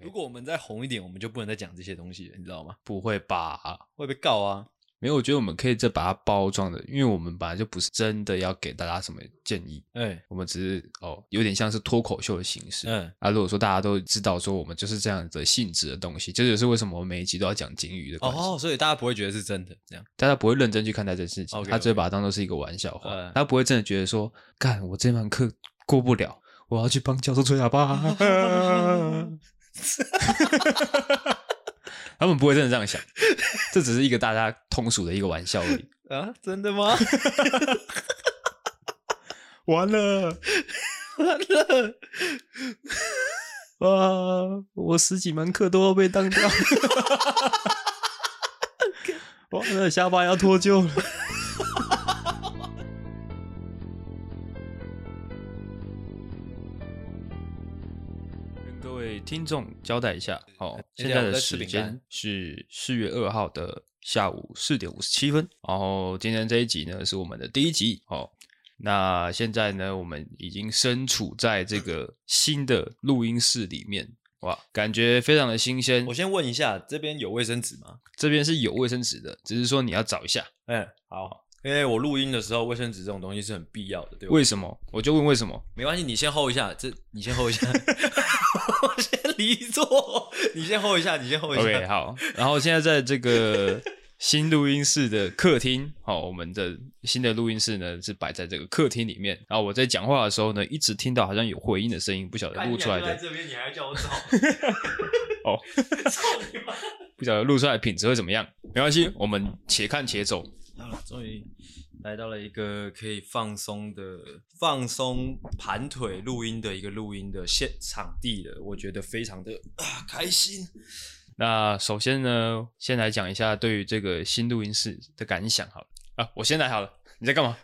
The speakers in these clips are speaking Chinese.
如果我们再红一点，我们就不能再讲这些东西了，你知道吗？不会吧？会被告啊！没有，我觉得我们可以再把它包装的，因为我们本来就不是真的要给大家什么建议，哎、我们只是哦，有点像是脱口秀的形式。嗯，啊，如果说大家都知道说我们就是这样子的性质的东西，这就是为什么我们每一集都要讲金鱼的关系。哦，所以大家不会觉得是真的这样。大家不会认真去看待这件事情， OK，他只会把它当做是一个玩笑话嗯，他不会真的觉得说，干我这门课过不了，我要去帮教授吹喇叭。 他们不会真的这样想，这只是一个大家通俗的一个玩笑 而已。啊，真的吗？ 完了完了，哇！我十几门课都要被当掉，完了，下巴要脱臼了。跟各位听众交代一下，哦，现现在在哎我的在吃时饼间干是四月二号的下午四点五十七分。然后今天这一集呢是我们的第一集哦。那现在呢，我们已经身处在这个新的录音室里面，哇，感觉非常的新鲜。我先问一下，这边有卫生纸吗？这边是有卫生纸的，只是说你要找一下。哎、好，因为我录音的时候，卫生纸这种东西是很必要的，对吧？为什么？我就问为什么？没关系，你先 hold 一下，这你先 hold 一下， 我先离座，你先 hold 一下，你先 hold 一下。 OK，好。然后现在在这个新录音室的客厅，好，我们的新的录音室呢是摆在这个客厅里面。然后我在讲话的时候呢，一直听到好像有回音的声音，不晓得录出来的，这边，你还叫我走？哦，操你妈！不晓得录出来的品质会怎么样。没关系，我们且看且走。好了，啊终于来到了一个可以放松的、放松盘腿录音的一个录音的现场地了，我觉得非常的、啊、开心。那首先呢，先来讲一下对于这个新录音室的感想好了。啊，我先来好了。你在干嘛？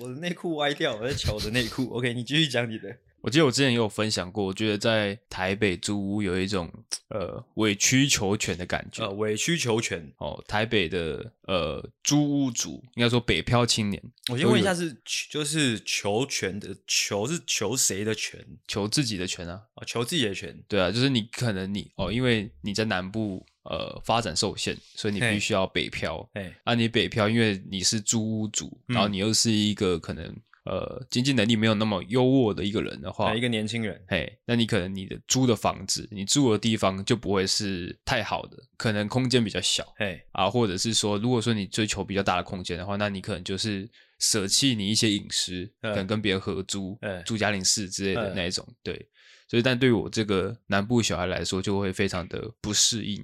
我的内裤歪掉，我在瞧我的内裤。OK，你继续讲你的。我记得我之前也有分享过，我觉得在台北租屋有一种呃委曲求全的感觉。呃，委曲求全。哦，台北的呃租屋族，应该说北漂青年，我先问一下是，就是求全的求是求谁的权？求自己的权啊，哦，求自己的权。对啊，就是你可能你哦，因为你在南部呃发展受限，所以你嘿必须要北漂。哎，啊，你北漂，因为你是租屋族，然后嗯你又是一个可能呃经济能力没有那么优渥的一个人的话，哎一个年轻人，嘿，那你可能你的租的房子，你住的地方就不会是太好的，可能空间比较小哎，啊，或者是说，如果说你追求比较大的空间的话，那你可能就是舍弃你一些饮食，嗯可能跟别人合租嗯，住家庭式之类的嗯那一种，对。所以，但对我这个南部小孩来说，就会非常的不适应，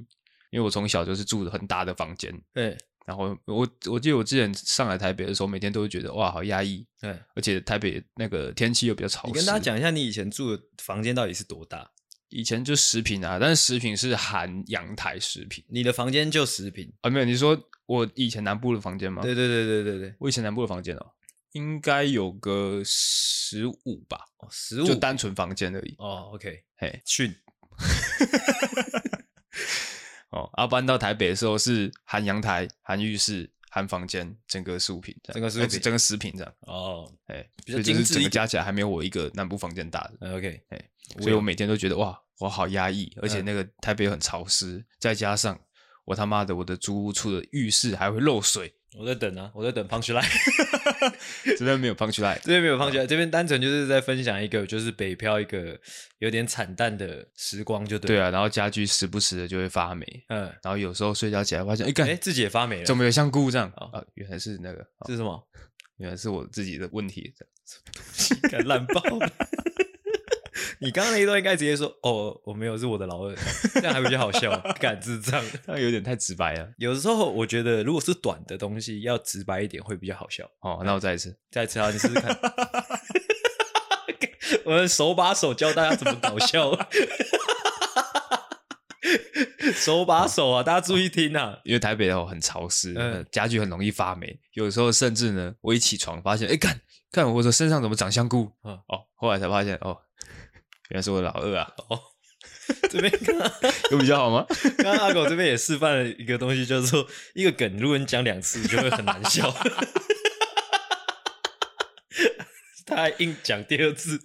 因为我从小就是住的很大的房间，哎，然后我我记得我之前上来台北的时候，每天都会觉得哇，好压抑，哎，而且台北那个天气又比较潮湿。你跟大家讲一下，你以前住的房间到底是多大？以前就十平啊，但是十平是含阳台十平你的房间就十平。啊，没有，你说我以前南部的房间吗？对对对对对对，我以前南部的房间哦，应该有个十五吧，哦，十五就单纯房间而已。哦，OK，嘿，训哦，啊，搬到台北的时候是含阳台、含浴室、含房间，整个十五平这样，整个15平呃整个十平这样。哦哎，比较所以就是精致整一点个加起来还没有我一个南部房间大的。呃，OK，所以我每嗯天都觉得哇，我好压抑，而且那个台北很潮湿，再加上我他妈的我的租屋处的浴室还会漏水， 我在等啊，我在等 punch line， 真的没有 punch line。这边没有 punch line，这边单纯就是在分享一个就是北漂一个有点惨淡的时光，就对对了，啊，然后家具时不时的就会发霉，嗯，然后有时候睡觉起来发现，哎，干、哎，自己也发霉了，怎么有香菇这样？哦啊，原来是那个，哦这是什么？原来是我自己的问题。这样 干烂爆了！ 你刚刚那一段应该直接说哦，我没有，是我的老二，这样还比较好 笑，干智障。这样有点太直白了。有时候我觉得，如果是短的东西，要直白一点会比较好笑。哦，那我再一次，再吃啊，你试试看。 我们手把手教大家怎么搞笑， 手把手啊，大家注意听啊。因为台北哦很潮湿，嗯呃家具很容易发霉，有时候甚至呢，我一起床发现，哎，干看我的身上怎么长香菇？嗯哦，后来才发现，哦，原来是我的老二啊，哦这边刚刚 有比较好吗？刚刚阿狗这边也示范了一个东西，就是说一个梗，如果你讲两次，就会很难笑。 他还硬讲第二次，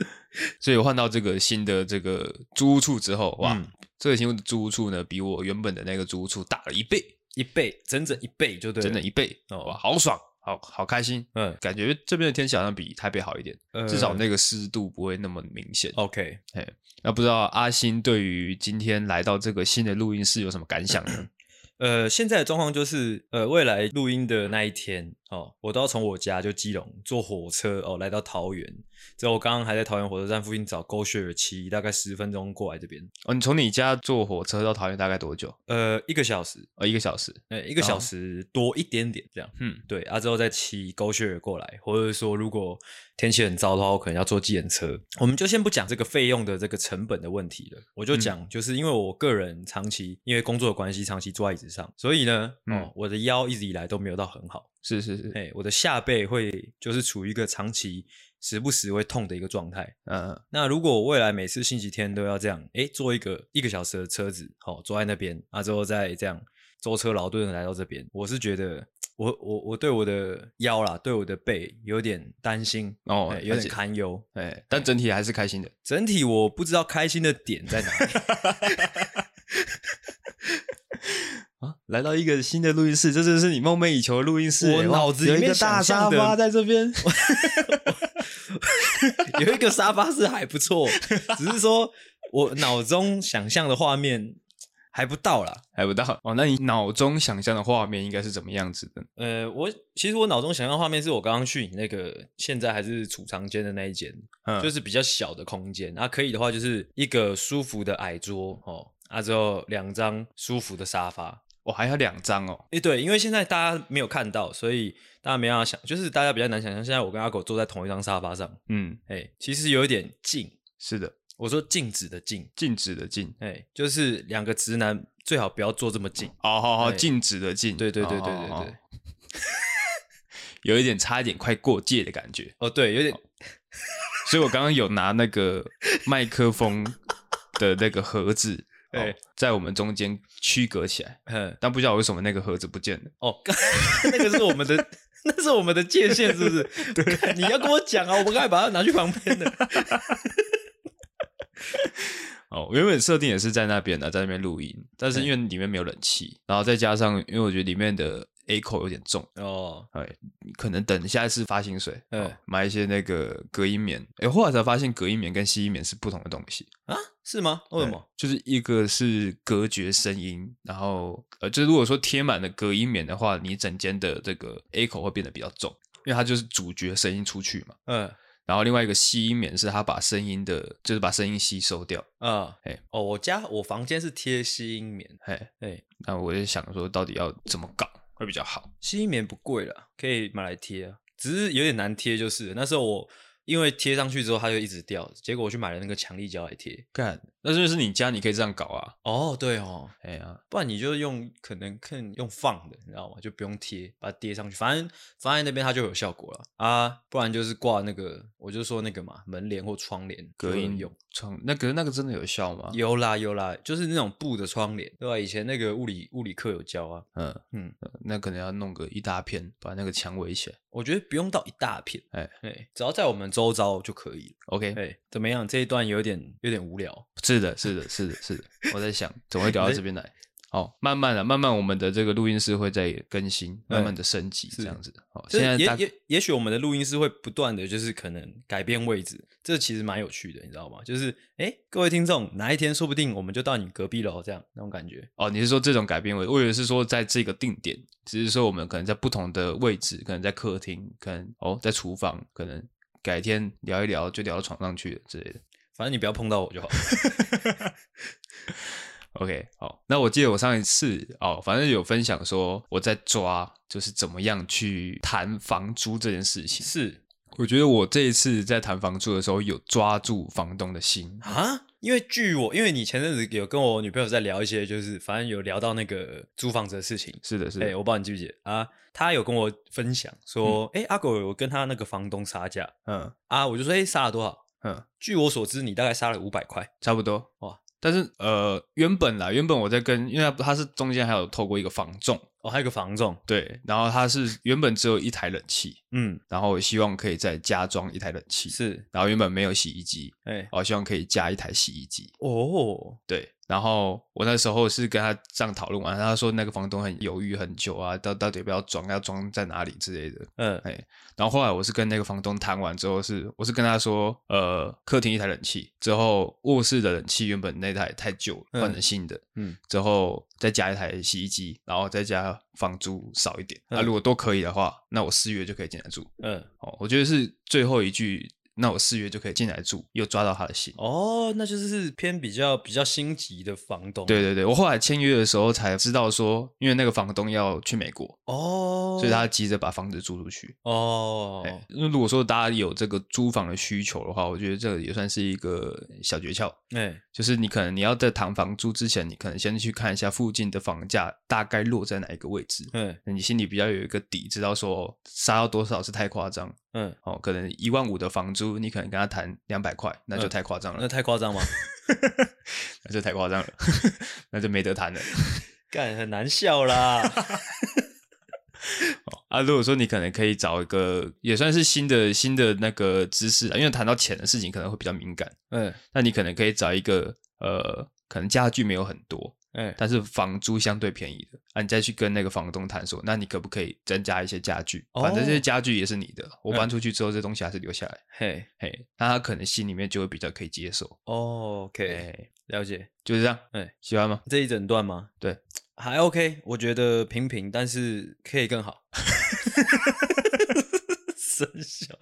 所以我换到这个新的这个租屋处之后，哇，嗯这个新屋的租屋处呢，比我原本的那个租屋处大了一倍，一倍，整整一倍就对了，整整一倍，哦哇，好爽，好好开心，嗯感觉这边的天气好像比台北好一点，呃至少那个湿度不会那么明显。 OK，那不知道阿星对于今天来到这个新的录音室有什么感想 呢？呃，现在的状况就是，呃，未来录音的那一天哦，我都要从我家就基隆坐火车哦来到桃园，之后我刚刚还在桃园火车站附近找 GoShare 骑，大概十分钟过来这边，哦，你从你家坐火车到桃园大概多久？呃，一个小时，呃，一个小时。呃，一个哦小时多一点点这样。嗯，对啊，之后再骑 GoShare 过来，或者说如果天气很糟的话，我可能要坐计程车。我们就先不讲这个费用的这个成本的问题了，我嗯就讲，就是因为我个人长期因为工作的关系，长期坐在椅子上，所以呢，嗯哦，我的腰一直以来都没有到很好，是是是，哎，我的下背会就是处于一个长期时不时会痛的一个状态。嗯、那如果我未来每次星期天都要这样，哎，坐一个一个小时的车子，好、坐在那边，啊，之后再这样舟车劳顿的来到这边，我是觉得我我我对我的腰啦，对我的背有点担心，哦哎有而点且堪忧。哎，但整体还是开心的。整体我不知道开心的点在哪里。啊，来到一个新的录音室，这真的是你梦寐以求的录音室欸。我哇脑子有里一面个大想沙象的发在这边，有一个沙发是还不错，只是说我脑中想象的画面还不到啦。还不到哦。那你脑中想象的画面应该是怎么样子的？呃，我其实我脑中想象的画面是我刚刚去你那个现在还是储藏间的那一间，嗯，就是比较小的空间。啊，可以的话，就是一个舒服的矮桌哦，啊之后两张舒服的沙发。我、还有两张哦。诶，对，因为现在大家没有看到，所以大家没办法想，就是大家比较难想象，现在我跟阿狗坐在同一张沙发上，嗯，哎，其实有一点近。是的，我说静止的静，静止的静。哎，就是两个直男最好不要坐这么近。哦，好好，对静止的静。对对对对哦对对，哦哦有一点差一点快过界的感觉。哦对，有点所以我刚刚有拿那个麦克风的那个盒子，哦哎在我们中间区隔起来，嗯但不知道为什么那个盒子不见了。哦， 干那个是我们的，那是我们的界限，是不是？对， 你要跟我讲啊，我们刚才把它拿去旁边的。 哦，原本设定也是在那边的，在那边录音，但是因为里面没有冷气，然后再加上因为我觉得里面的 A 口有点重，哦，哎，可能等下一次发薪水，嗯哦买一些那个隔音棉。哎，后来才发现隔音棉跟吸音棉是不同的东西。啊，是吗？为什么？就是一个是隔绝声音，然后呃，就是如果说贴满了隔音棉的话，你整间的这个 A 口会变得比较重，因为它就是主角声音出去嘛。嗯然后另外一个吸音棉是它把声音的，就是把声音吸收掉。啊，哎哦，我家我房间是贴吸音棉，嘿，哎，那我就想说，到底要怎么搞会比较好？吸音棉不贵啦，可以买来贴啊，只是有点难贴，就是了那时候我因为贴上去之后它就一直掉，结果我去买了那个强力胶来贴。干，那就是你家你可以这样搞啊。哦，对哦，哎呀，不然你就用可能更用放的，你知道吗？就不用贴，把它贴上去，反正放在那边它就有效果了啊。不然就是挂那个，我就说那个嘛，门帘或窗帘隔就有音用。窗那可是那个真的有效吗？，有啦有啦，就是那种布的窗帘，对吧？以前那个物理物理课有教啊，嗯嗯嗯，那可能要弄个一大片，把那个墙围起来。我觉得不用到一大片，哎哎，只要在我们周遭就可以 OK，了。哎，怎么样？这一段有点有点无聊，是的，是的，是的，是的。我在想，怎么会哎聊到这边来？好，慢慢的，啊慢慢我们的这个录音室会再更新，慢慢的升级，哎是这样子。好，就现是在大也也也许我们的录音师会不断的就是可能改变位置，这其实蛮有趣的，你知道吗？就是哎、诶各位听众，哪一天说不定我们就到你隔壁楼这样那种感觉。哦，你是说这种改变位？我以为是说在这个定点，只是说我们可能在不同的位置，可能在客厅，可能哦在厨房，可能改天聊一聊就聊到床上去了之类的。反正你不要碰到我就好。 OK，好，那我记得我上一次哦，反正有分享说我在抓，就是怎么样去谈房租这件事情。是我觉得我这一次在谈房租的时候，有抓住房东的心。啊，因为据我，因为你前阵子有跟我女朋友在聊一些，就是反正有聊到那个租房子的事情。是的，是哎、的，我不知道你记不记得啊？她有跟我分享说，哎、阿狗有跟她那个房东杀价嗯啊，我就说，哎、杀了多少？嗯，据我所知，你大概杀了五百块。差不多哇哇。但是呃，原本啦，原本我在跟，因为他是中间还有透过一个房仲，哦，还有个房仲，对，然后他是原本只有一台冷气，嗯，然后希望可以再加装一台冷气，是，然后原本没有洗衣机，哦哎，我希望可以加一台洗衣机。哦，对，然后我那时候是跟他这样讨论完，他说那个房东很犹豫很久啊，到到底要不要装，要装在哪里之类的。嗯，哎，然后后来我是跟那个房东谈完之后是，我是跟他说，呃，客厅一台冷气，之后卧室的冷气原本那台太旧了，换成嗯新的，嗯，之后再加一台洗衣机，然后再加房租少一点。那、嗯如果都可以的话，那我四月就可以进来住。嗯，哦，我觉得是最后一句，那我四月就可以进来住，又抓到他的心。哦，那就是偏比较比较心急的房东，对，对对，我后来签约的时候才知道说，因为那个房东要去美国，哦，所以他急着把房子租出去。哦，哎，那如果说大家有这个租房的需求的话，我觉得这个也算是一个小诀窍，哎，就是你可能你要在谈房租之前，你可能先去看一下附近的房价大概落在哪一个位置，嗯你心里比较有一个底，知道说哦杀到多少是太夸张嗯，哦，可能一万五的房租，你可能跟他谈两百块，那就嗯太夸张了，那太夸张吗？那就太夸张了， 那就没得谈了。干很难笑啦， 啊，如果说你可能可以找一个也算是新的新的那个知识啊，因为谈到钱的事情可能会比较敏感，嗯那你可能可以找一个呃，可能家具没有很多，哎，但是房租相对便宜的啊，你再去跟那个房东谈说，那你可不可以增加一些家具？反正这些哦家具也是你的，嗯我搬出去之后这东西还是留下来，嘿嘿，那他可能心里面就会比较可以接受，哦，OK，哎，了解就是这样，嗯哎，喜欢吗？这一整段吗？对，还 OK，我觉得平平，但是可以更好。 生效。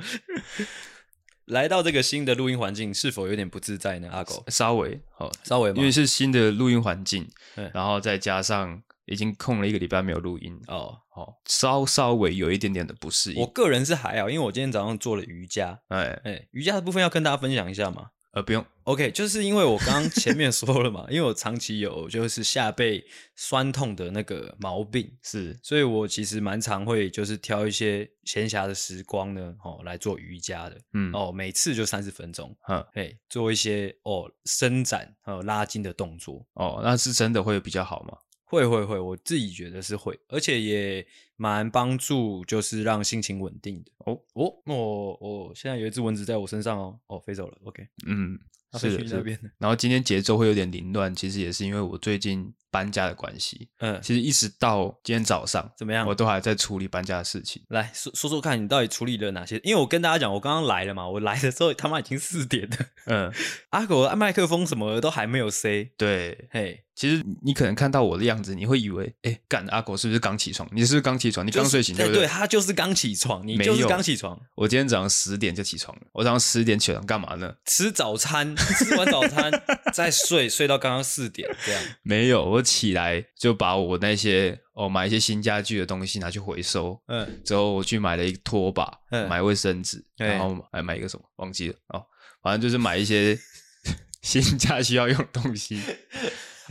来到这个新的录音环境，是否有点不自在呢？阿狗，稍微好，稍微吗？因为是新的录音环境嗯，然后再加上已经空了一个礼拜没有录音，哦，哦，稍稍微有一点点的不适我应。个人是还好，因为我今天早上做了瑜伽。哎，哎，瑜伽的部分要跟大家分享一下嘛。呃，不用， OK，就是因为我刚刚前面 说了嘛，因为我长期有就是下背酸痛的那个毛病，是所以我其实蛮常会就是挑一些闲暇的时光呢，哦，来做瑜伽的。嗯哦，每次就三十分钟，嗯哎，做一些哦伸展还有拉筋的动作。哦，那是真的会比较好吗？会会会，我自己觉得是会，而且也蛮帮助，就是让心情稳定的。哦哦，我我现在有一只蚊子在我身上哦，哦飞走了，OK，嗯，它飞是去那的，是的。边了。然后今天节奏会有点凌乱，其实也是因为我最近搬家的关系。嗯，其实一直到今天早上，怎么样我？都还在处理搬家的事情。来说说说看，你到底处理了哪些？因为我跟大家讲，我刚刚来了嘛，我来的时候他妈已经四点了，嗯，阿狗麦克风什么的都还没有塞，对，嘿，其实你可能看到我的样子，你会以为，哎，干阿狗是不是刚起床？你是不是刚起床？你就刚是睡醒哎对不对，他就是刚起床，你没就是有刚起床，我今天早上十点就起床了。我早上十点起床干嘛呢？吃早餐，吃完早 餐再睡，睡到刚刚四点这样。没有，我起来就把我那些哦买一些新家具的东西拿去回收，嗯之后我去买了一个拖把，嗯哎买卫生纸，对然后还买一个什么忘记了哦，反正就是买一些 新家需要用的东西。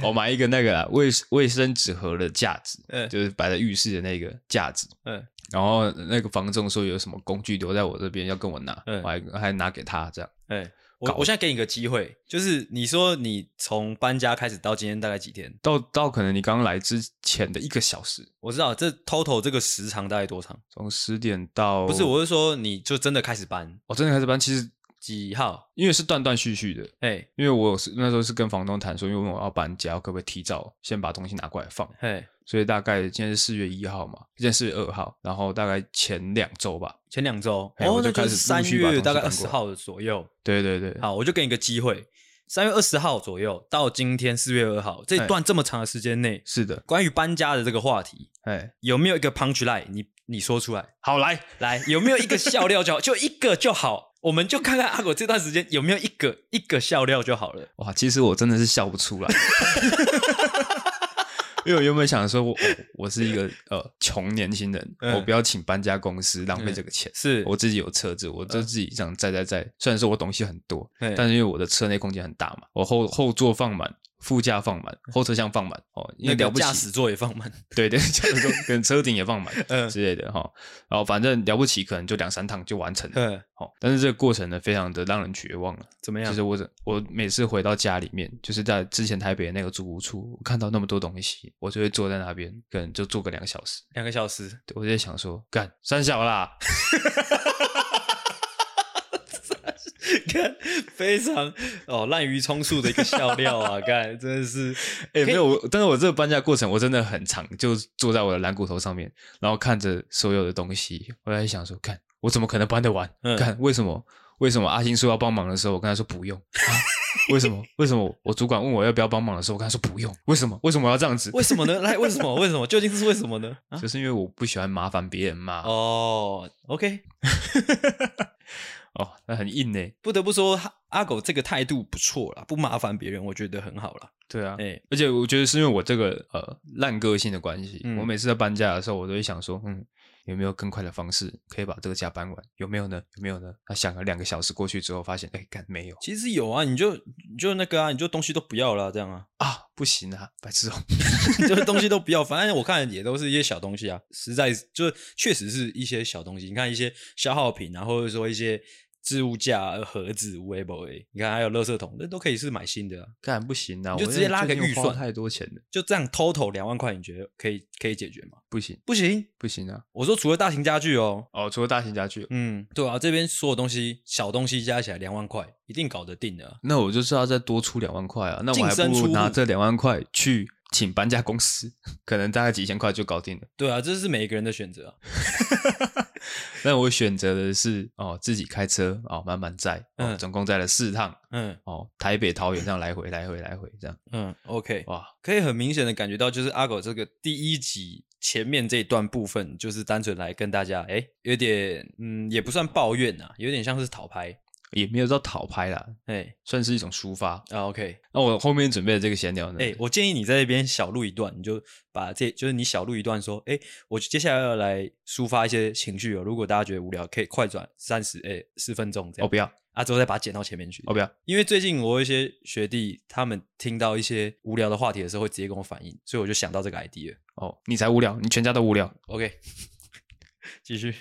我、买一个那个啊卫卫生纸盒的架子，嗯就是摆在浴室的那个架子。嗯然后那个房仲说有什么工具留在我这边要跟我拿，嗯我还还拿给他这样。哎，我我现在给你个机会，就是你说你从搬家开始到今天大概几天？到到可能你刚来之前的一个小时，我知道这 total 这个时长大概多长？从十点到不是，我是说你就真的开始搬我哦真的开始搬，其实几号？因为是断断续续的，哎因为我是那时候是跟房东谈说，因为我要搬家，可不可以提早先把东西拿过来放？嘿，所以大概今天是四月一号嘛，今天四月二号，然后大概前两周吧。前两周哎哦，我就那开就是始三陆续把月东西大概二搬十过来号的左右。对对对，好，我就给你个机会，三月二十号左右到今天四月二号这哎段这么长的时间内，是的，关于搬家的这个话题，哎，有没有一个 punch line？你你说出来，好来，来有没有一个笑料就好， 就一个就好，我们就看看阿狗这段时间有没有一个一个笑料就好了。哇，其实我真的是笑不出来， 因为我原本想说我，我我是一个呃穷年轻人，嗯我不要请搬家公司浪费这个钱。是我自己有车子，我就自己想载载载。虽然说我东西很多，对但是因为我的车内空间很大嘛，我后后座放满，副驾放满，后车厢放满哦，因为嗯那个了不驾起，驶座也放慢， 对对，驾驶座 跟车顶也放满嗯之类的哈、然后反正了不起，可能就两三趟就完成了。嗯，哎哦，但是这个过程呢，非常的让人绝望了。怎么样？就是我这我每次回到家里面，就是在之前台北的那个租屋处，我看到那么多东西，我就会坐在那边，可能就坐个两个小时。两个小时，对我就在想说，干三小啦，看非常哦滥竽充数的一个笑料啊，看真的是，哎、没有，我但是我这个搬家过程我真的很长，就坐在我的蓝骨头上面，然后看着所有的东西，我在想说，看我怎么可能搬得完？嗯看为什么？为什么阿星说要帮忙的时候，我跟他说不用？啊、为什么？为什么我主管问我要不要帮忙的时候，我跟他说不用？为什么？为什么我要这样子？为什么呢？来，为什么？为什么？究竟是为什么呢？啊，就是因为我不喜欢麻烦别人嘛。哦哦，OK，哦，那很硬呢、不得不说阿阿狗这个态度不错啦，不麻烦别人，我觉得很好啦。对啊，哎，而且我觉得是因为我这个呃烂个性的关系，嗯我每次在搬家的时候，我都会想说，嗯，有没有更快的方式可以把这个家搬完？有没有呢？有没有呢？那想了两个小时过去之后，发现哎，干没有其实有啊，你就你就那个啊，你就东西都不要啦，这样啊， 啊，不行啊，白痴哦、 就是东西都不要，反正我看也都是一些小东西啊，实在就是确实是一些小东西。你看一些消耗品啊，或者说一些置物架、呃盒子、微博，你看还有垃圾桶，那都可以是买新的啊。干不行啊，你就我直接拉最个近预花算太多钱了，就这样 total 两万块，你觉得可以可以解决吗？不行不行，不行啊。我说除了大型家具哦，哦，除了大型家具，嗯，对啊，这边所有东西小东西加起来两万块，一定搞得定的啊。那我就是要再多出两万块啊，那我净还不身出如户拿这两万块去请搬家公司， 可能大概几千块就搞定了。对啊，这是每一个人的选择啊。但我选择的是哦，自己开车哦，慢慢载，哦，嗯总共载了四趟，嗯哦，台北桃园这样来回来回来回这样，嗯，OK，哇，可以很明显的感觉到，就是阿狗这个第一集前面这一段部分，就是单纯来跟大家，哎，有点嗯，也不算抱怨啊，有点像是讨拍，也没有到讨拍啦，哎算是一种抒发。啊，OK，那我后面准备的这个闲聊呢？哎、我建议你在这边小录一段，你就把这就是你小录一段说，哎、我接下来要来抒发一些情绪哦。如果大家觉得无聊，可以快转三十哎四分钟这哦样，不要，啊之后再把它剪到前面去。哦不要，因为最近我有一些学弟他们听到一些无聊的话题的时候，会直接跟我反映，所以我就想到这个 idea。哦，你才无聊，你全家都无聊 OK，继续。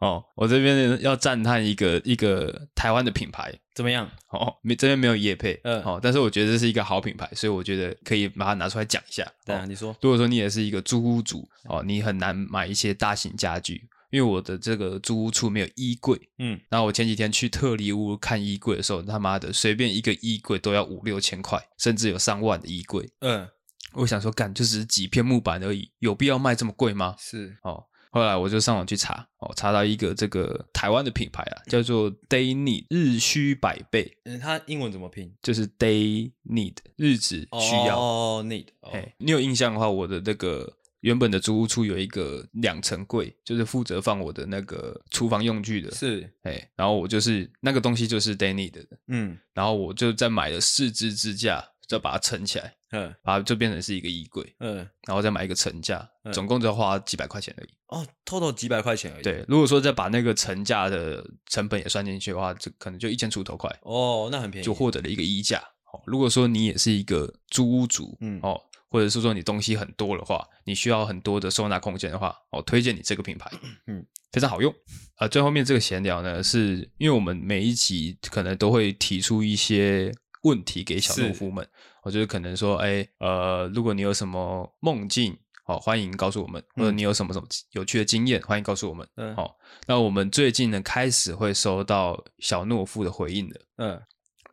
哦。我这边呢要赞叹一个一个台湾的品牌怎么样？哦，没这边没有业配，嗯哦，但是我觉得这是一个好品牌，所以我觉得可以把它拿出来讲一下。对啊，哦你说如果说你也是一个租屋主哎哦，你很难买一些大型家具，因为我的这个租屋处没有衣柜，嗯，然后我前几天去特力屋看衣柜的时候，他妈的随便一个衣柜都要五六千块，甚至有上万的衣柜。嗯，我想说，干就只是几片木板而已，有必要卖这么贵吗？是哦，后来我就上网去查，哦，查到一个这个台湾的品牌啊，叫做 Day Need 日需百倍，嗯，他英文怎么拼？就是 Day Need 日子需要。哦，need 哦哎，你有印象的话，我的那个原本的租屋处有一个两层柜，就是负责放我的那个厨房用具的。是哎，然后我就是那个东西就是 Day Need 的。嗯然后我就再买了四支支架，再把它撑起来，嗯把它就变成是一个衣柜，嗯然后再买一个层架，嗯总共只要花几百块钱而已。哦，total 几百块钱而已。对，如果说再把那个层架的成本也算进去的话，这可能就一千出头块，哦，那很便宜，就获得了一个衣架。哦，如果说你也是一个租屋族，嗯哦，或者是说你东西很多的话，你需要很多的收纳空间的话，哦，推荐你这个品牌，嗯， 非常好用。啊，最后面这个闲聊呢，是因为我们每一集可能都会提出一些问题给小是农夫们，我觉得可能说，哎，呃，如果你有什么梦境，哦，欢迎告诉我们，或者嗯你有什么什么有趣的经验，欢迎告诉我们。嗯哦，那我们最近呢开始会收到小懦夫的回应了。嗯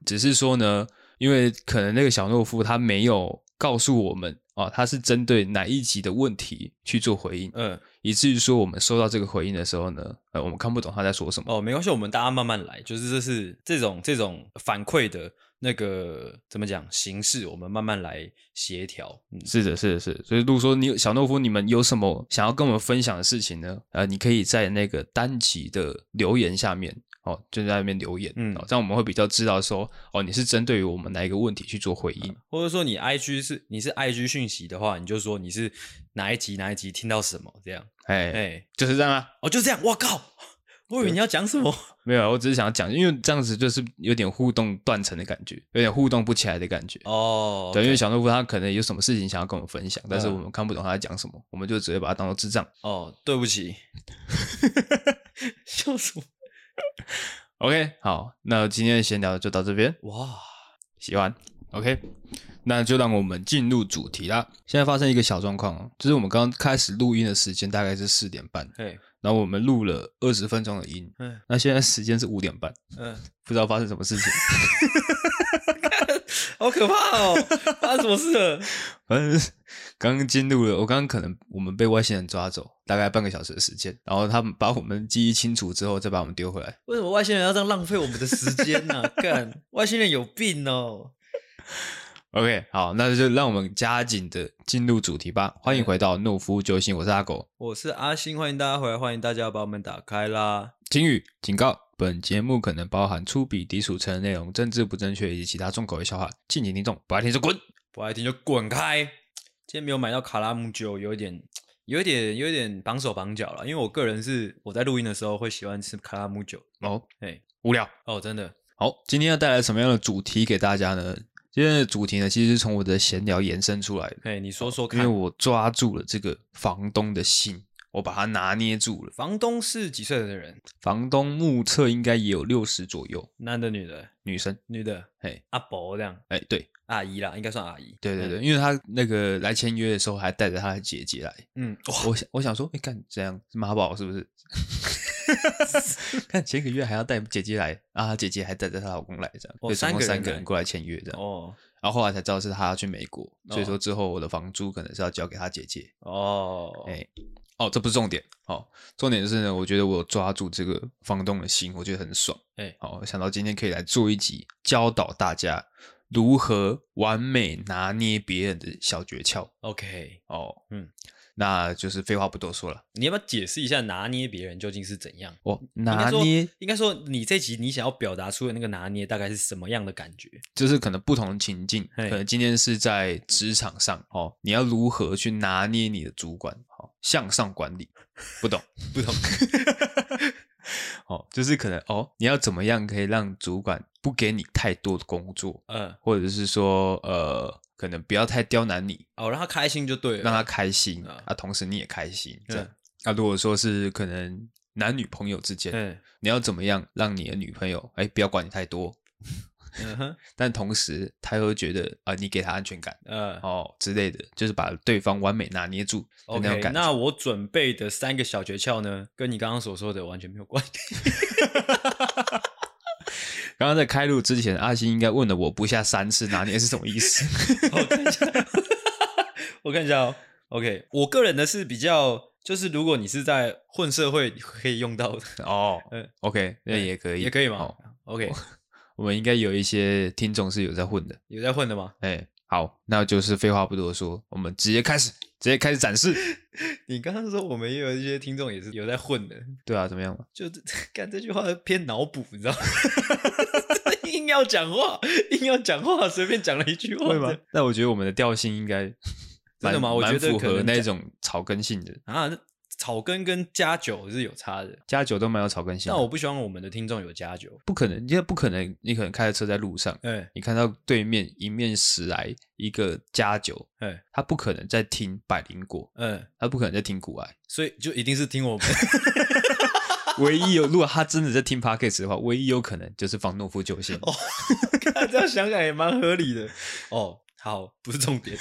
只是说呢，因为可能那个小懦夫他没有告诉我们哦，他是针对哪一集的问题去做回应，嗯以至于说我们收到这个回应的时候呢，呃，我们看不懂他在说什么。哦，没关系，我们大家慢慢来，就是这是这种这种反馈的那个怎么讲形式，我们慢慢来协调。嗯，是的，是的，是的。所以，如果说你有小懦夫，你们有什么想要跟我们分享的事情呢？呃，你可以在那个单集的留言下面哦，就在那边留言，嗯嗯、哦，这样我们会比较知道说，哦，你是针对于我们哪一个问题去做回应。或者说你 IG 是你是 IG 讯息的话，你就说你是哪一集哪一集听到什么这样。哎、哎、就是这样啊。哦，就这样，我靠，我以为你要讲 什么，没有啊，我只是想讲，因为这样子就是有点互动断层的感觉，有点互动不起来的感觉。哦，对，因为小懦夫他可能有什么事情想要跟我们分享，但是嗯我们看不懂他在讲什么，我们就只会把他当做智障。哦，对不起， 笑死我！ OK，好，那今天的闲聊就到这边，哇，喜欢 OK，那就让我们进入主题啦。现在发生一个小状况哦，就是我们刚刚开始录音的时间大概是四点半，嘿，然后我们录了二十分钟的音，嗯那现在时间是五点半，嗯，不知道发生什么事情，好可怕哦！发生什么事了？反正是刚刚进入了，我刚刚可能我们被外星人抓走，大概半个小时的时间，然后他们把我们记忆清除之后，再把我们丢回来。为什么外星人要这样浪费我们的时间呢、 干，外星人有病哦！ OK，好，那就让我们加紧的进入主题吧。欢迎回到懦夫救星，我是阿狗。我是阿星，欢迎大家回来，欢迎大家把我们打开啦。警语警告：本节目可能包含粗鄙、低俗、成人内容、政治不正确以及其他重口味笑话，敬请听众不爱听就滚。不爱听就滚开。今天没有买到卡拉姆酒，有一点、有一点、有一点绑手绑脚了。因为我个人是我在录音的时候会喜欢吃卡拉姆酒，哦，哎，无聊。哦，真的，好，今天要带来什么样的主题给大家呢？今天的主题呢，其实是从我的闲聊延伸出来的。哎，你说说哦因为看，我抓住了这个房东的心，我把它拿捏住了。房东是几岁的人？房东目测应该也有六十左右，男的、女的？女生。女的，嘿，阿伯这样，哎，对，阿姨啦，应该算阿姨。对对对，因为她那个来签约的时候还带着她的姐姐来，嗯，嗯，哇，我想我想说，哎，干这样是妈宝是不是？ 看前个月还要带姐姐来啊，她姐姐还带着她老公来，这样，哦就总三个共人三个来人过来签约这样。哦然后后来才知道是她要去美国，所以哦说之后我的房租可能是要交给她姐姐。哦，哎哦，这不是重点，好、重点是呢，我觉得我有抓住这个房东的心，我觉得很爽，哎好、想到今天可以来做一集，教导大家如何完美拿捏别人的小诀窍， ，OK，哦，嗯，那就是废话不多说了，你要不要解释一下拿捏别人究竟是怎样？哦，应该拿说捏应该说你这集你想要表达出的那个拿捏大概是什么样的感觉？就是可能不同的情境，可嘿能今天是在职场上，哦，你要如何去拿捏你的主管，哦，向上管理，不懂。不 同，哦，就是可能哦，你要怎么样可以让主管不给你太多的工作，嗯，或者是说呃，可能不要太刁难你，哦，让他开心就对了，让他开心啊啊，同时你也开心。这样嗯，那、如果说是可能男女朋友之间，嗯你要怎么样让你的女朋友哎不要管你太多，嗯哼，但同时她又觉得啊、你给她安全感嗯哦之类的，就是把对方完美拿捏住的那种，OK，感觉。那我准备的三个小诀窍呢，跟你刚刚所说的完全没有关系。 刚刚在开录之前，阿星应该问了我不下三次拿捏是什么意思。 我看一下，我看一下哦。OK，我个人呢是比较，就是如果你是在混社会可以用到的，哦嗯，OK，那嗯也可以，也可以嘛好， ？OK，我们应该有一些听众是有在混的，有在混的吗？哎，好，那就是废话不多说，我们直接开始，直接开始展示。 你刚刚说我们也有一些听众也是有在混的，对啊，怎么样嘛？就这 干这句话偏脑补，你知道吗？ 硬要讲话，硬要讲话，随便讲了一句话，会吗？ 那我觉得我们的调性应该 真的吗蛮我觉蛮得符可合能那讲种草根性的，啊，那草根跟加酒是有差的。加酒都蛮有草根性那的。我不希望我们的听众有加酒。不可能，因为不可能，你可能开着车在路上，哎你看到对面迎面驶来一个加酒，哎他不可能在听百灵果，嗯，他不可能在听古 癌。所以就一定是听我们。唯一有，如果他真的在听 podcast 的话，唯一有可能就是房诺夫救星。哦， 看这样想想也蛮合理的。哦，好，不是重点。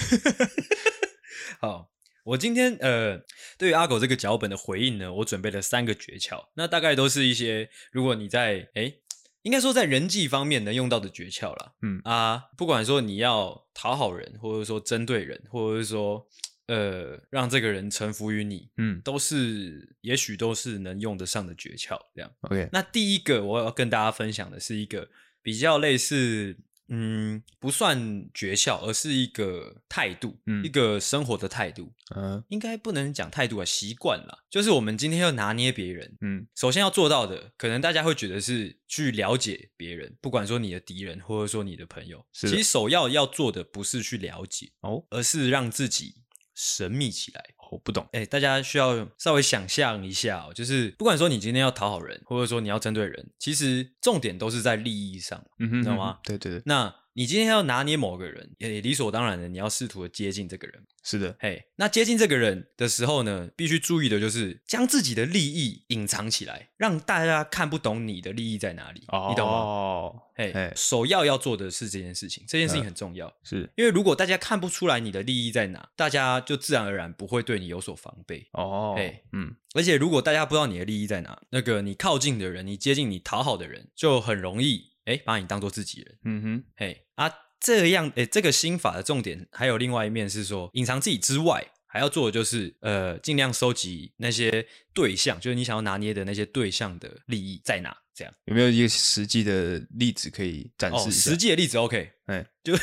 好，我今天呃，对于阿狗这个脚本的回应呢，我准备了三个诀窍，那大概都是一些如果你在诶，应该说在人际方面能用到的诀窍啦。嗯啊，不管说你要讨好人，或者说针对人，或者是说呃让这个人臣服于你，嗯都是也许都是能用得上的诀窍。这样。 ，OK，那第一个我要跟大家分享的是一个比较类似，嗯，不算诀窍，而是一个态度，嗯一个生活的态度，嗯应该不能讲态度啊，习惯啦。就是我们今天要拿捏别人，嗯首先要做到的，可能大家会觉得是去了解别人，不管说你的敌人或者说你的朋友，是其的实首要要做的不是去了解，哦而是让自己神秘起来。我不懂。哎、大家需要稍微想象一下、哦，就是不管说你今天要讨好人，或者说你要针对人，其实重点都是在利益上。嗯哼你懂吗？对对对，那你今天要拿捏某个人，也理所当然的，你要试图的接近这个人。是的，嘿，那接近这个人的时候呢，必须注意的就是将自己的利益隐藏起来，让大家看不懂你的利益在哪里，哦，你懂吗？吗？嘿嘿，嗯首要要做的是这件事情，这件事情很重要，是因为如果大家看不出来你的利益在哪，大家就自然而然不会对你有所防备。哦，嘿嗯，而且如果大家不知道你的利益在哪，那个你靠近的人，你接近你讨好的人，就很容易哎把你当做自己人。嗯哼，嘿啊，这样诶，这个心法的重点还有另外一面是说，隐藏自己之外，还要做的就是呃，尽量收集那些对象，就是你想要拿捏的那些对象的利益在哪，这样。有没有一个实际的例子可以展示哦，一下？实际的例子 OK，哎就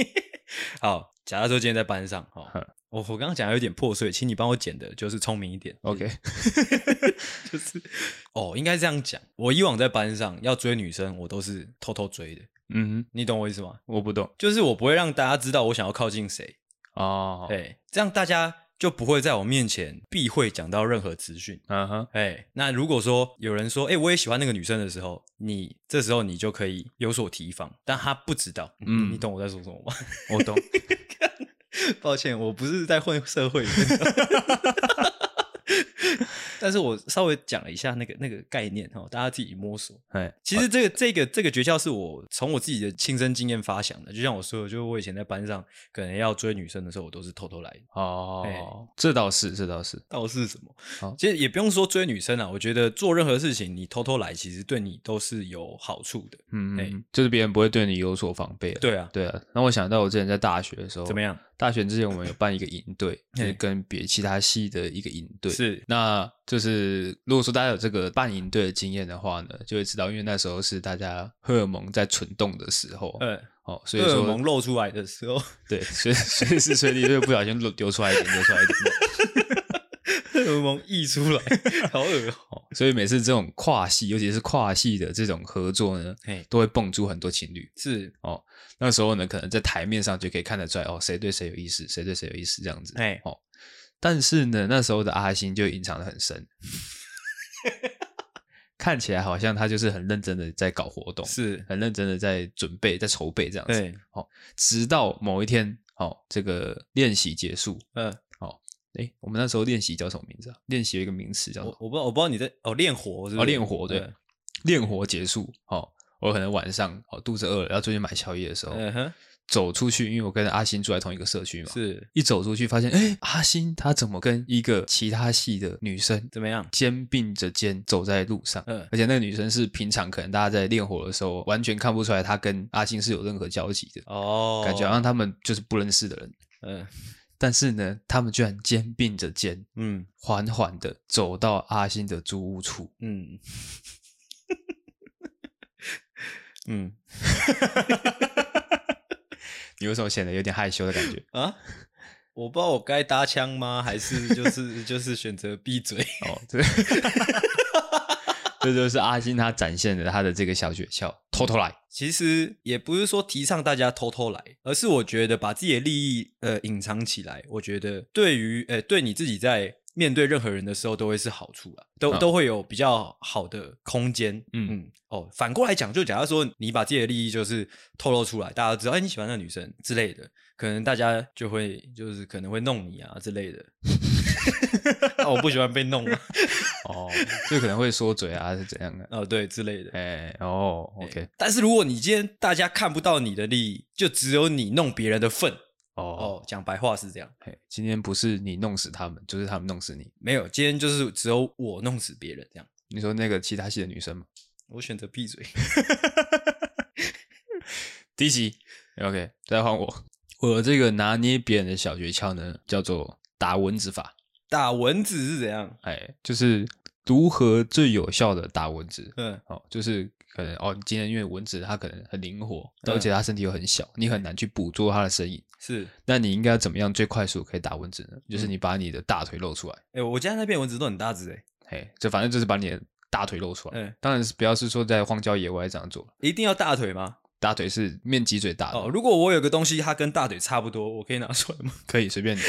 好。假如说今天在班上，哦哼，我我刚刚讲的有点破碎，请你帮我剪的，就是聪明一点。 OK， 哦，应该这样讲。我以往在班上要追女生，我都是偷偷追的，嗯哼，你懂我意思吗？我不懂就是我不会让大家知道我想要靠近谁，哦，对，这样大家就不会在我面前避讳讲到任何资讯。嗯哼，哎，那如果说有人说，哎，我也喜欢那个女生的时候，你这时候你就可以有所提防，但他不知道，嗯嗯，你懂我在说什么吗？我懂， 抱歉，我不是在混社会里面的， 但是我稍微讲了一下那个那个概念哦，大家自己摸索。哎，其实这个这个这个诀窍是我从我自己的亲身经验发想的，就像我说的，就是我以前在班上可能要追女生的时候，我都是偷偷来的。哦，这倒是，这倒是，倒是什么？好其实也不用说追女生啊，我觉得做任何事情你偷偷来，其实对你都是有好处的。嗯，哎嗯就是别人不会对你有所防备了。对啊，对啊，那我想到我之前在大学的时候，怎么样？大学之前我们有办一个营队， 就是嘿跟别其他系的一个营队。是那就是如果说大家有这个办营队的经验的话呢，就会知道，因为那时候是大家荷尔蒙在蠢动的时候，呃，哦，所以荷尔说蒙露出来的时候，对，所以 随时随地就不小心流流出来一点，流出来一点。荷尔蒙溢出来，好恶哦。 哦，所以每次这种跨系，尤其是跨系的这种合作呢，嘿，都会蹦出很多情侣。是，那时候呢，可能在台面上就可以看得出来，哦，谁对谁有意思，谁对谁有意思这样子。哎，哦，但是呢，那时候的阿星就隐藏的很深， 看起来好像他就是很认真的在搞活动，是，很认真的在准备、在筹备这样子。对，直到某一天，哦，这个练习结束，哦嗯，诶，我们那时候练习叫什么名字啊？练习有一个名词叫我什么我不知道，我不知道你在哦练火是不是？嗯哦，练活对，练活结束哦。我可能晚上哦肚子饿了，要出去买宵夜的时候，嗯哼，走出去，因为我跟阿星住在同一个社区嘛，是一走出去发现，哎，阿星他怎么跟一个其他系的女生怎么样？肩并着肩走在路上？嗯而且那个女生是平常可能大家在练火的时候完全看不出来，她跟阿星是有任何交集的，哦，感觉好像他们就是不认识的人。嗯但是呢，他们居然肩并着肩，嗯缓缓的走到阿星的租屋处。嗯 嗯你为什么显得有点害羞的感 觉？啊， 我不知道我该搭腔吗？还是就是 就是选择闭嘴？ 哦，这这就是阿星他展现的他的这个小诀窍，偷偷来。其实也不是说提倡大家偷偷来，而是我觉得把自己的利益呃隐藏起来，我觉得对于呃对你自己在面对任何人的时候都会是好处啦，都、嗯都会有比较好的空间。嗯嗯，哦，反过来讲，就假如说你把自己的利益就是透露出来，大家知道哎你喜欢那女生之类的，可能大家就会就是可能会弄你啊之类的。 啊，我不喜欢被弄啊，哦，就可能会说嘴啊，是怎样的？哦对之 类的。哎，哦，OK，但是如果你今天大家看不到你的利益，就只有你弄别人的份。哦，哦，讲白话是这样，哎，今天不是你弄死他们，就是他们弄死你。没有，今天就是只有我弄死别人这样。你说那个其他系的女生吗？我选择闭嘴。 第一集，OK，再换我。我这个拿捏别人的小诀窍呢，叫做打蚊子法。打蚊子是怎样？哎，就是如何最有效的打蚊子。嗯，哦，就是可能哦，你今天因为蚊子它可能很灵活，嗯而且它身体又很小，你很难去捕捉它的身影。是。那你应该怎么样最快速可以打蚊子呢？就是嗯你把你的大腿露出来，哎、我家那边蚊子都很大只哎、嘿，就反正就是把你的大腿露出来。嗯，当然是不要是说在荒郊野外这样做，一定要大腿吗？大腿是面积最大的，哦，如果我有个东西它跟大腿差不多，我可以拿出来吗？可以随便你。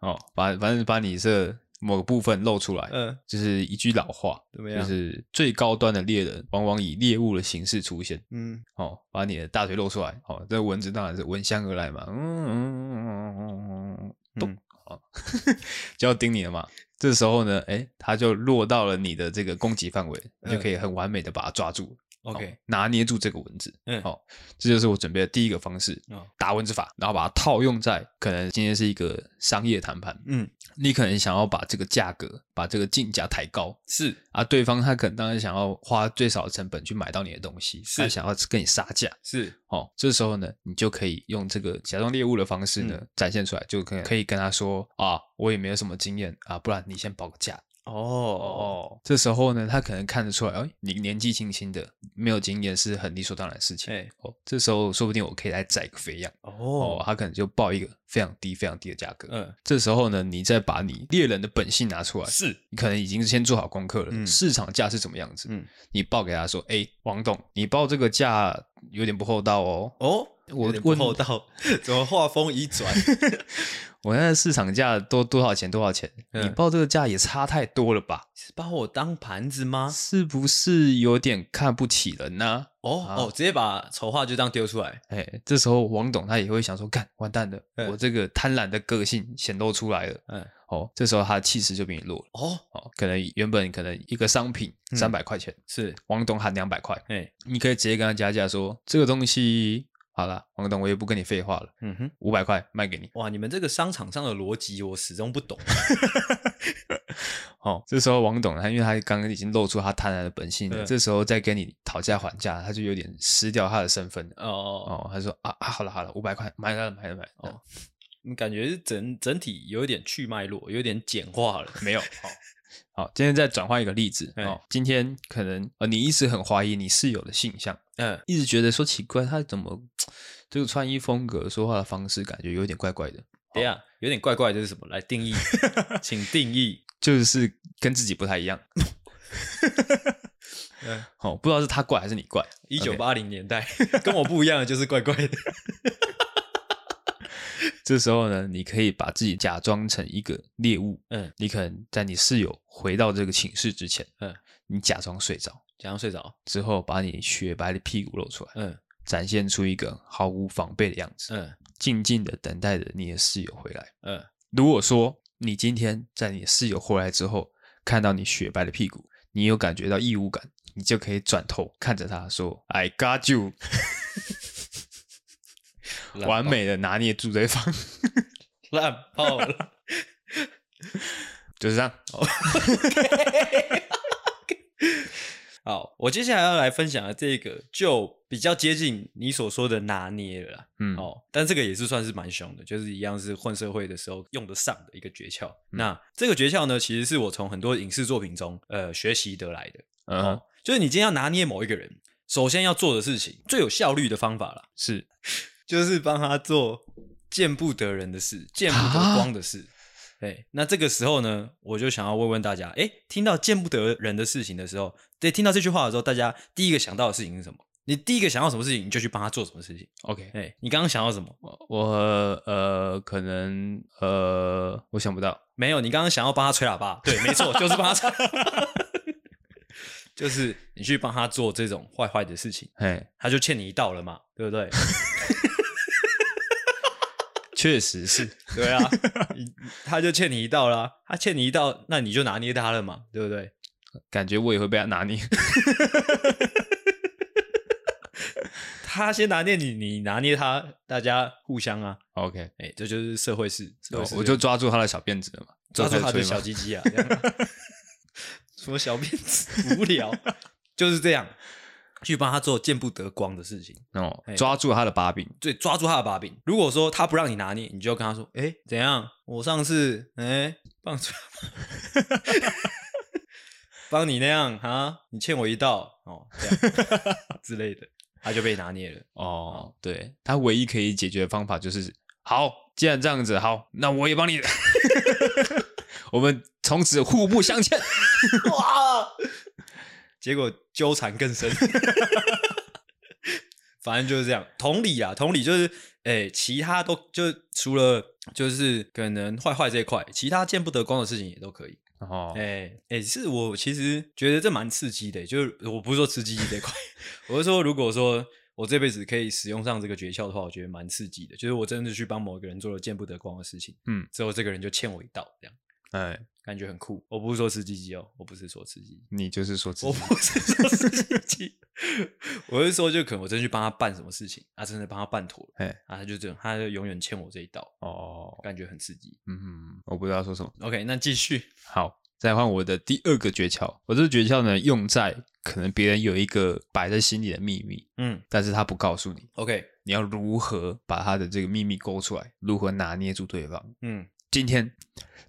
哦，把反正把你这某个部分露出 来，嗯，就是一句老话，怎么就样？是最高端的猎人往往以猎物的形式出现，嗯，哦，把你的大腿露出来，哦，这蚊子当然是闻香而来嘛，嗯嗯嗯嗯嗯嗯嗯，咚嗯，哦， 就要叮你了嘛。这时候呢，哎，它就落到了你的这个攻击范围，你就可以很完美的把它抓住。嗯 OK，哦拿捏住这个蚊子，嗯好、这就是我准备的第一个方式，哦打蚊子法，然后把它套用在可能今天是一个商业谈判，嗯，你可能想要把这个价格，把这个进价抬高是啊，对方他可能当然想要花最少的成本去买到你的东西，是他想要跟你杀价，是，哦，这时候呢，你就可以用这个假装猎物的方式呢、展现出来，就可以可以跟他说啊，我也没有什么经验啊，不然你先报个价，哦，哦，这时候呢，他可能看得出来，哎，你年纪轻轻的，没有经验是很理所当然的事情。哎，哦，这时候说不定我可以来宰个肥羊。哦哦，，他可能就报一个非常低、非常低的价格。嗯，这时候呢，你再把你猎人的本性拿出来，哦是，你可能已经先做好功课了，嗯市场价是怎么样子，嗯，你报给他说，哎，王董，你报这个价有点不厚道哦。哦，我有点问不厚道，怎么话锋一转？ 我现在市场价多多少钱？多少钱？嗯你报这个价也差太多了吧？是把我当盘子吗？是不是有点看不起人呢、哦啊哦，直接把丑话就这样丢出来，哎，这时候王董他也会想说，干完蛋了，嗯我这个贪婪的个性显露出来了。嗯，哦，这时候他的气势就比你弱了。哦，哦，可能原本可能一个商品嗯三百块钱，是，王董喊两百块，哎，你可以直接跟他加价说，这个东西好了，王董我也不跟你废话了，嗯哼，五百块卖给你。哇，你们这个商场上的逻辑我始终不 懂。哦，这时候王董他因为他刚刚已经露出他贪婪的本性了，嗯这时候再跟你讨价还价，他就有点失掉他的身份了。哦，哦，他说啊啊，好了好了，五百块买了买了买了。哦，你嗯感觉是整整体有一点去脉络，有点简化了。 没有。好、好，今天再转换一个例子哎哦。今天可能呃，你一直很怀疑你室友的性向，嗯，一直觉得说奇怪，他怎么这个穿衣风格、说话的方式，感觉有点怪怪的，等一下有点怪怪，这是什么？来定 义，请定义。就是跟自己不太一样。嗯，哦，不知道是他怪还是你怪。一九八零年代跟我不一样的就是怪怪 的。这时候呢，你可以把自己假装成一个猎物，嗯，你可能在你室友回到这个寝室之前，嗯，你假装睡着，假装睡着。之后把你雪白的屁股露出来，嗯展现出一个毫无防备的样 子。嗯静静的等待着你的室友回来。嗯，如果说你今天在你的室友回来之后，看到你雪白的屁股，你有感觉到异物感，你就可以转头看着他说 “I got you”，烂完美的拿捏住对方， 烂爆了。就是这样。好，我接下来要来分享的这个就比较接近你所说的拿捏了啦。嗯，哦，但这个也是算是蛮凶的，就是一样是混社会的时候用得上的一个诀窍。嗯那这个诀窍呢，其实是我从很多影视作品中呃学习得来的。嗯哼哦，就是你今天要拿捏某一个人，首先要做的事情，最有效率的方法啦，是就是帮他做见不得人的事，见不得光的啊事。 对，那这个时候呢，我就想要问问大家，哎，听到见不得人的事情的时候，对，听到这句话的时候，大家第一个想到的事情是什么？你第一个想到什么事情，你就去帮他做什么事情。 OK。哎，你刚刚想到什么？我我呃，可能呃，我想不到。没有，你刚刚想要帮他吹喇叭，对，没错，就是帮他吹， 就是你去帮他做这种坏坏的事情，嘿，他就欠你一道了嘛，对不对？确实是。对啊， 你他就欠你一道啦，他欠你一道，那你就拿捏他了嘛，对不对？感觉我也会被他拿捏。 他先拿捏你，你拿捏他，大家互相啊， OK，哎，这就是社会事，社会哦事我就抓住他的小辫子了嘛，抓住就他开的始吹小嘛鸡鸡啊，这样 啊什么小辫子，无聊， 就是这样，去帮他做见不得光的事情。哦嘿，抓住他的把柄。对，抓住他的把柄。如果说他不让你拿捏，你就跟他说：“哎，怎样？我上次哎棒槌， 帮你那样啊，你欠我一道哦，这样之类的，他就被拿捏了。哦，对，他唯一可以解决的方法就是，好，既然这样子，好，那我也 帮你， 我们从此互不 相欠。哇，结果纠缠更深。 反正就是这样。同理啊，同理就是，诶、其他都就除了就是可能坏坏这一块，其他见不得光的事情也都可以。哦哎、，哎、是我其实觉得这蛮刺激的，就是我不是说吃鸡这一块， 我是说如果说我这辈子可以使用上这个诀窍的话，我觉得蛮刺激的。就是我真的去帮某一个人做了见不得光的事情，嗯，之后这个人就欠我一道，这样哎，感觉很酷。我不是说吃鸡鸡哦，我不是说吃鸡鸡，你就是说自我己不是说吃鸡鸡， 我是说就可能我真的去帮他办什么事情，他真的帮他办妥了，哎啊，他就这样，他就永远欠我这一道，哦，感觉很刺激。嗯，我不知道说什么。 OK，那继续，好，再换我的第二个诀窍。我这个诀窍呢，用在可能别人有一个摆在心里的秘密，嗯但是他不告诉你， ，OK，你要如何把他的这个秘密勾出来，如何拿捏住对方。嗯，今天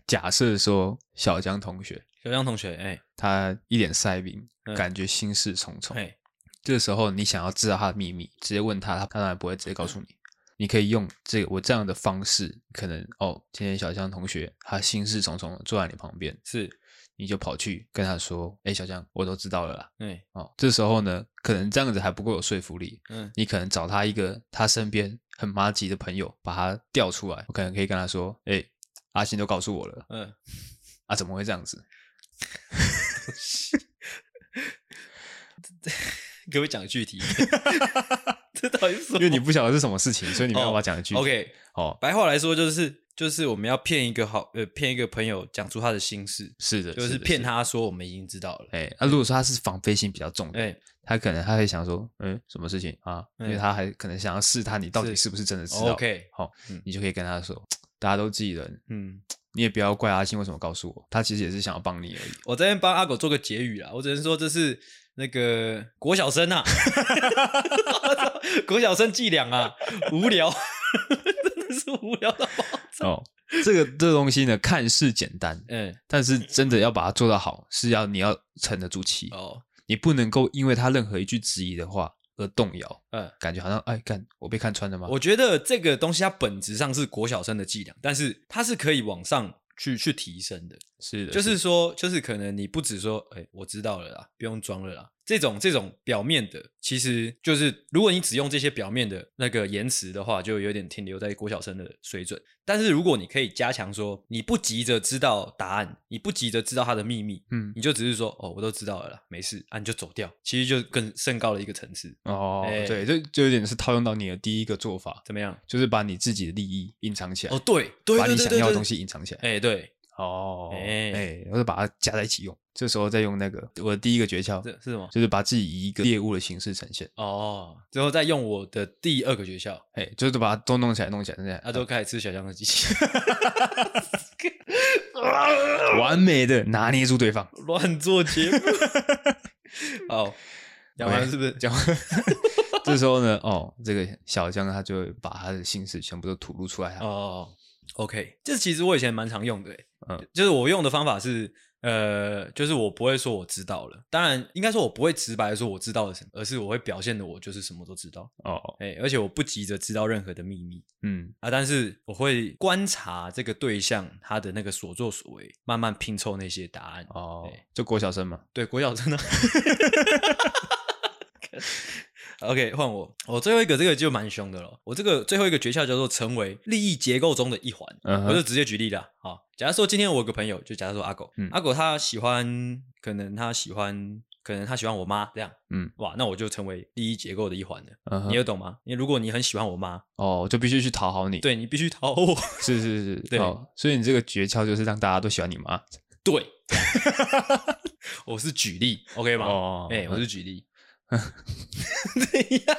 假设说小江同学小江同学，哎、他一脸塞宾，嗯感觉心事重重，哎，这时候你想要知道他的秘密，直接问他，他当然不会直接告诉你。你可以用这个我这样的方式，可能哦，今天小江同学他心事重重地坐在你旁边，是，你就跑去跟他说：“哎，小江，我都知道了啦。哎、”哦，这时候呢，可能这样子还不够有说服力，嗯你可能找他一个他身边很妈吉的朋友，把他调出来，我可能可以跟他说：“哎，阿信都告诉我了嗯，啊，怎么会这样子 给我讲具体一点， 这到底是什？”么？因为你不晓得是什么事情，所以你没有办哦法讲一句。 OK，哦，白话来说就是就是我们要骗一个好呃骗一个朋友讲出他的心事，是的，就是的骗。他说我们已经知道了的。哎，那、如果说他是防备心比较重的，哎、他可能他会想说，嗯，什么事情啊？因为嗯他还可能想要试探你到底是是不是真的知道。 OK，好、嗯你就可以跟他说，大家都自己人，嗯，你也不要怪阿信为什么告诉我，他其实也是想要帮你而已。我这边帮阿狗做个结语啦，我只能说这是那个国小生啊， 国小生伎俩啊，无聊， 真的是无聊到爆炸。 哦，这个这个东西呢，看似简单，嗯，但是真的要把它做到好，是要你要沉得住气，哦，你不能够因为他任何一句质疑的话而动摇，嗯。感觉好像哎，干我被看穿了吗？我觉得这个东西它本质上是国小生的伎俩，但是它是可以往上去去提升的。是的，就是说，就是可能你不只说，哎、我知道了啦，不用装了啦。这种这种表面的，其实就是如果你只用这些表面的那个言辞的话，就有点停留在国小生的水准。但是如果你可以加强说，你不急着知道答案，你不急着知道他的秘密，嗯你就只是说，哦，我都知道了啦，没事啊，你就走掉，其实就更更高的一个层次。哦，哎对，就就有点是套用到你的第一个做法，怎么样？就是把你自己的利益隐藏起来，哦，对对把对你对想对要的对东西隐藏起来。哎、对，哦，哎、哎我就把它加在一起用。这时候再用那个我的第一个诀窍这，是什么？就是把自己以一个猎物的形式呈现。哦，之后再用我的第二个诀窍，哎、就是把它都弄起来，弄起来，弄起来，他都开始吃小江的机器，完美的拿捏住对方。 乱做节 目。哦，讲完是不是？哎讲， 这时候呢，哦，这个小江他就会把他的心事全部都吐露出来啊。哦，OK，这其实我以前蛮常用的欸，嗯就是我用的方法是，呃，就是我不会说我知道了，当然应该说我不会直白的说我知道了什么，而是我会表现的我就是什么都知道，哦，哎、而且我不急着知道任何的秘密，嗯，啊，但是我会观察这个对象他的那个所作所为，慢慢拼凑那些答案。哦对，就郭晓生嘛，对，国小真 的。OK，换我，我最后一个这个就蛮凶的了。我这个最后一个诀窍叫做成为利益结构中的一环。嗯哼我就直接举例啦。好，假如说今天我有个朋友，就假如说阿狗，嗯阿狗他喜欢，可能他喜欢，可能他喜欢我妈这样。嗯，哇，那我就成为利益结构的一环了。嗯你哼，有懂吗？因为如果你很喜欢我妈，哦，就必须去讨好你。，对你必须讨我。 是是是，对哦，所以你这个诀窍就是让大家都喜欢你妈。对， 我是举例，OK 吗？哎、哦我是举 例，怎样？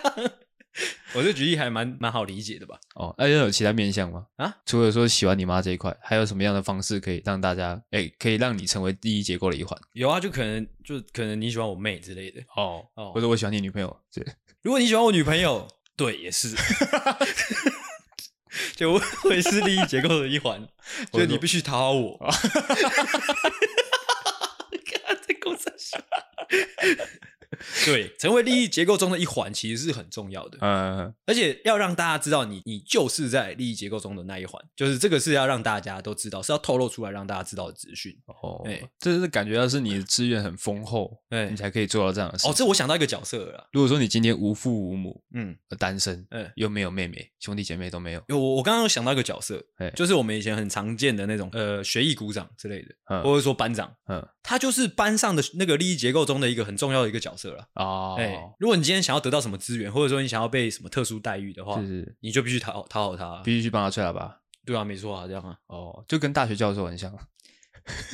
我这举例还蛮蛮好理解的吧？哦，那、要有其他面向吗？啊，除了说喜欢你妈这一块，还有什么样的方式可以让大家，哎，可以让你成为第一结构的一环？有啊，就可能就可能你喜欢我妹之类的。哦哦或者我喜欢你女朋友，这如果你喜欢我女朋友，对，也 是，就我也是利益结构的一环，我哦所以你说必须讨好我。 看这公司 对，成为利益结构中的一环，其实是很重要的。嗯，而且要让大家知道你，你就是在利益结构中的那一环，就是这个是要让大家都知道，是要透露出来让大家知道的资讯。哦哎，这是感觉到是你的资源很丰厚，哎你才可以做到这样的事。哦，这我想到一个角色了啦，如果说你今天无父无母，嗯呃单身，嗯，又没有妹妹，兄弟姐妹都没有，有我我刚刚有想到一个角色哎，就是我们以前很常见的那种呃学艺股长之类的，嗯或者说班长，嗯他就是班上的那个利益结构中的一个很重要的一个角色了。哦，哎、如果你今天想要得到什么资源，或者说你想要被什么特殊待遇的话，是是，你就必须讨好讨好他啊。必须去帮他吹喇叭。对啊，没错啊，这样啊。哦，就跟大学教授很像，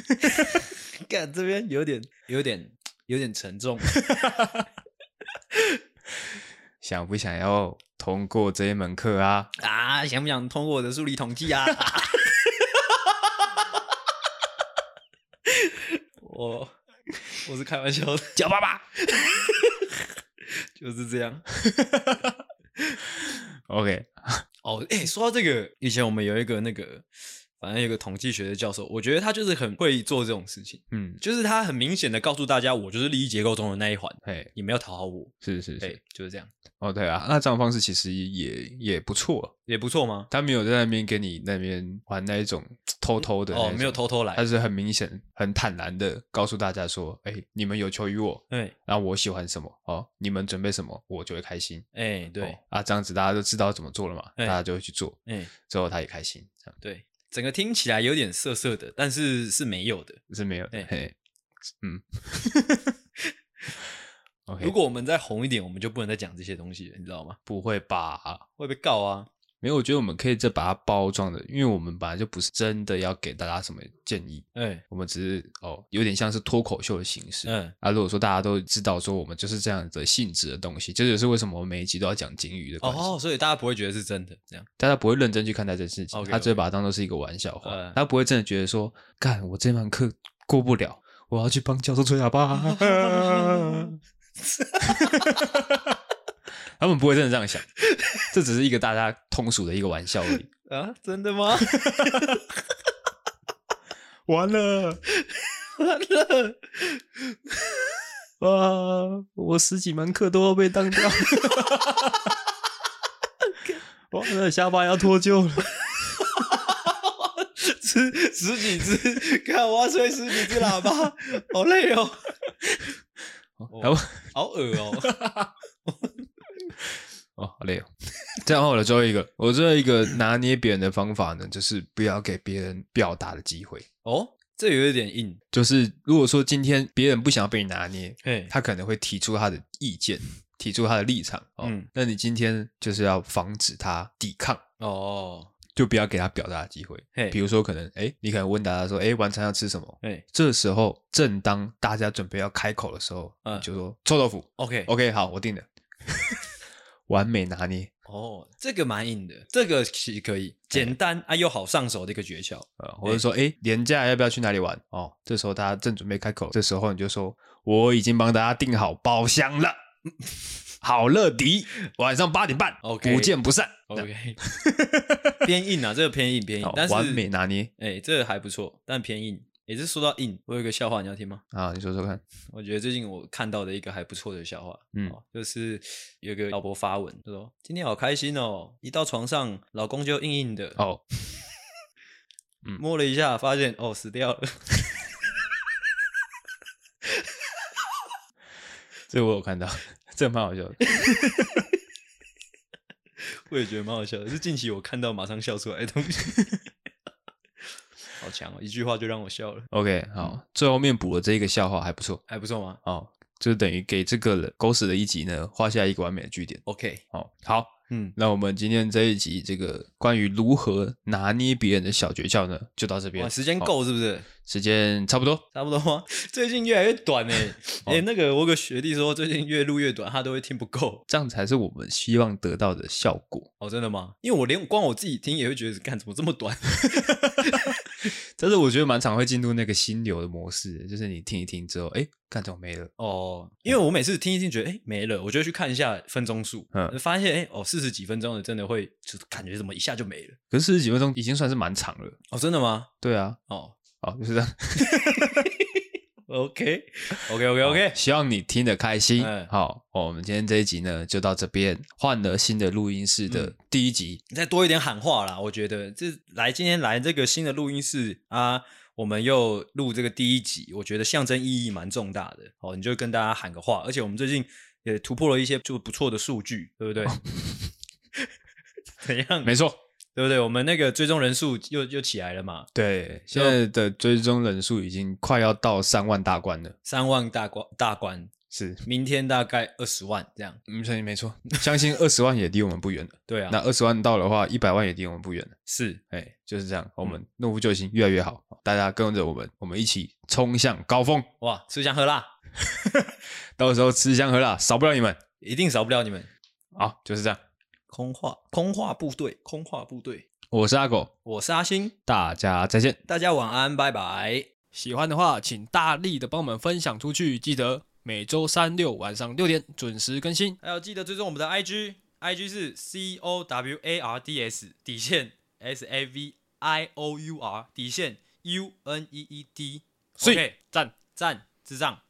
干这边有点有点有点沉 重。想不想要通过这一门课啊？啊，想不想通过我的数理统计啊？ 我我是开玩笑的，叫爸爸， 就是这样。 OK， 哦，哎、说到这个，以前我们有一个那个，反正有个统计学的教授，我觉得他就是很会做这种事情，嗯，就是他很明显的告诉大家，我就是利益结构中的那一环，哎，你们要讨好我，是是对是，，就是这样，哦对啊，那这样的方式其实也也不错，也不错吗？他没有在那边跟你那边玩那一种偷偷的那哦，没有种，偷偷来他，是很明显、很坦然的告诉大家说，哎，你们有求于我，对，那我喜欢什么哦，你们准备什么，我就会开心。哎、对，哦啊，这样子大家都知道怎么做了嘛，哎大家就会去做，哎、之后他也开心，这样对，整个听起来有点涩涩的，但是是没有的。是没有的哎，嘿， 嗯，OK，如果我们再红一点，我们就不能再讲这些东西了，你知道吗？不会吧？会被告啊！没有，我觉得我们可以再把它包装的，因为我们本来就不是真的要给大家什么建议，哎、我们只是哦，有点像是脱口秀的形式。嗯，啊，如果说大家都知道说我们就是这样的性质的东西，这就是为什么我们每一集都要讲金鱼的关系。哦，所以大家不会觉得是真的这样。大家不会认真去看待这件事情， OK，OK 他只会把它当做是一个玩笑话嗯，他不会真的觉得说，干我这门课过不了，我要去帮教授吹喇叭。 他们不会真的这样想，这只是一个大家通俗的一个玩笑而已。啊，真的吗？ 完了完了，哇！我十几门课都要被当掉，完了，下巴要脱臼了。十十几只，看我要吹十几只喇叭，好累哦，然后好恶哦。哦，好累哦。 再后我的最后一个，我最后一个拿捏别人的方法呢，就是不要给别人表达的机会。哦，这有一点硬。就是如果说今天别人不想要被你拿捏，嘿，他可能会提出他的意见，提出他的立场。哦、嗯那你今天就是要防止他抵抗，哦，就不要给他表达的机会。嘿比如说，可能哎，你可能问大家说，哎，晚餐要吃什么？哎这时候，正当大家准备要开口的时候，嗯你就说臭豆腐。 ，OK， OK，好，我定了， 完美拿捏。哦，这个蛮硬的，这个其实可以，简单啊又好上手的一个诀窍。呃，或者说，哎，廉价要不要去哪里玩？哦，这时候大家正准备开口，这时候你就说，我已经帮大家订好包厢 了，好乐迪，晚上八点半 OK 不见不散。 OK，偏硬啊，这个偏硬偏硬好，但是哦完美拿捏哎、这个还不错，但偏硬。也是说到硬，我有一个笑话，你要听吗？啊，你说说看，我觉得最近我看到的一个还不错的笑话，嗯哦就是有个老婆发文，她说今天好开心哦，一到床上老公就硬硬的，哦，摸了一下发现哦死掉了， 这我有看到，这蛮好笑的。我也觉得蛮好笑的，是近期我看到马上笑出来的东西， 好强哦，一句话就让我笑了， OK，好，嗯最后面补了这一个笑话还不错还不错吗哦，就等于给这个人狗屎的一集呢画下一个完美的句点。 ？OK，哦，好，嗯，那我们今天这一集这个关于如何拿捏别人的小诀窍呢，就到这边哦哇，。时间好够是不是？时间差不多。差不多吗？ 最近越来越短哎、 欸，哎、哦那个我有个学弟说，最近越录越短，他都会听不够。这样才是我们希望得到的效果。哦，真的吗？因为我连光我自己听也会觉得，干怎么这么短？但是我觉得蛮常会进入那个心流的模式，就是你听一听之后，哎，干怎么没了？ 哦，因为我每次听一听觉得哎、诶没了，我就去看一下分钟数，嗯发现哎、诶哦四十几分钟的真的会就是感觉怎么一下就没了。可是四十几分钟已经算是蛮长了。哦，真的吗？对啊，哦，好，就是这样。 OK OK OK OK， 希望你听得开心。哎好、哦我们今天这一集呢就到这边，换了新的录音室的嗯第一集。你再多一点喊话啦，我觉得这来今天来这个新的录音室啊，我们又录这个第一集，我觉得象征意义蛮重大的哦，你就跟大家喊个话，而且我们最近也突破了一些就不错的数据，对不 对？怎样？没错，对不对？我们那个追踪人数又又起来了嘛，对，现在的追踪人数已经快要到三万大关了。三万大关大关，是，明天大概二十万这样。嗯，所以没错，相信二十万也离我们不远了。 对啊，那二十万到的话，一百万也离我们不远了。是哎，就是这样，我们诺夫救星越来越好，大家跟着我们，我们一起冲向高峰。哇，吃香喝辣， 到时候吃香喝辣，少不了你们。一定少不了你们好，就是这样。空话空话部队，空话部队，我是阿狗，我是阿星。大家再见。大家晚安，拜拜。喜欢的话，请大力的帮我们分享出去。记得每周三六晚上六点准时更新。还有记得追踪我们的 IG，IG 是 C O W A R D S 底线 S A V I O U R 底线 U N E E D。所以 OK，赞赞智障。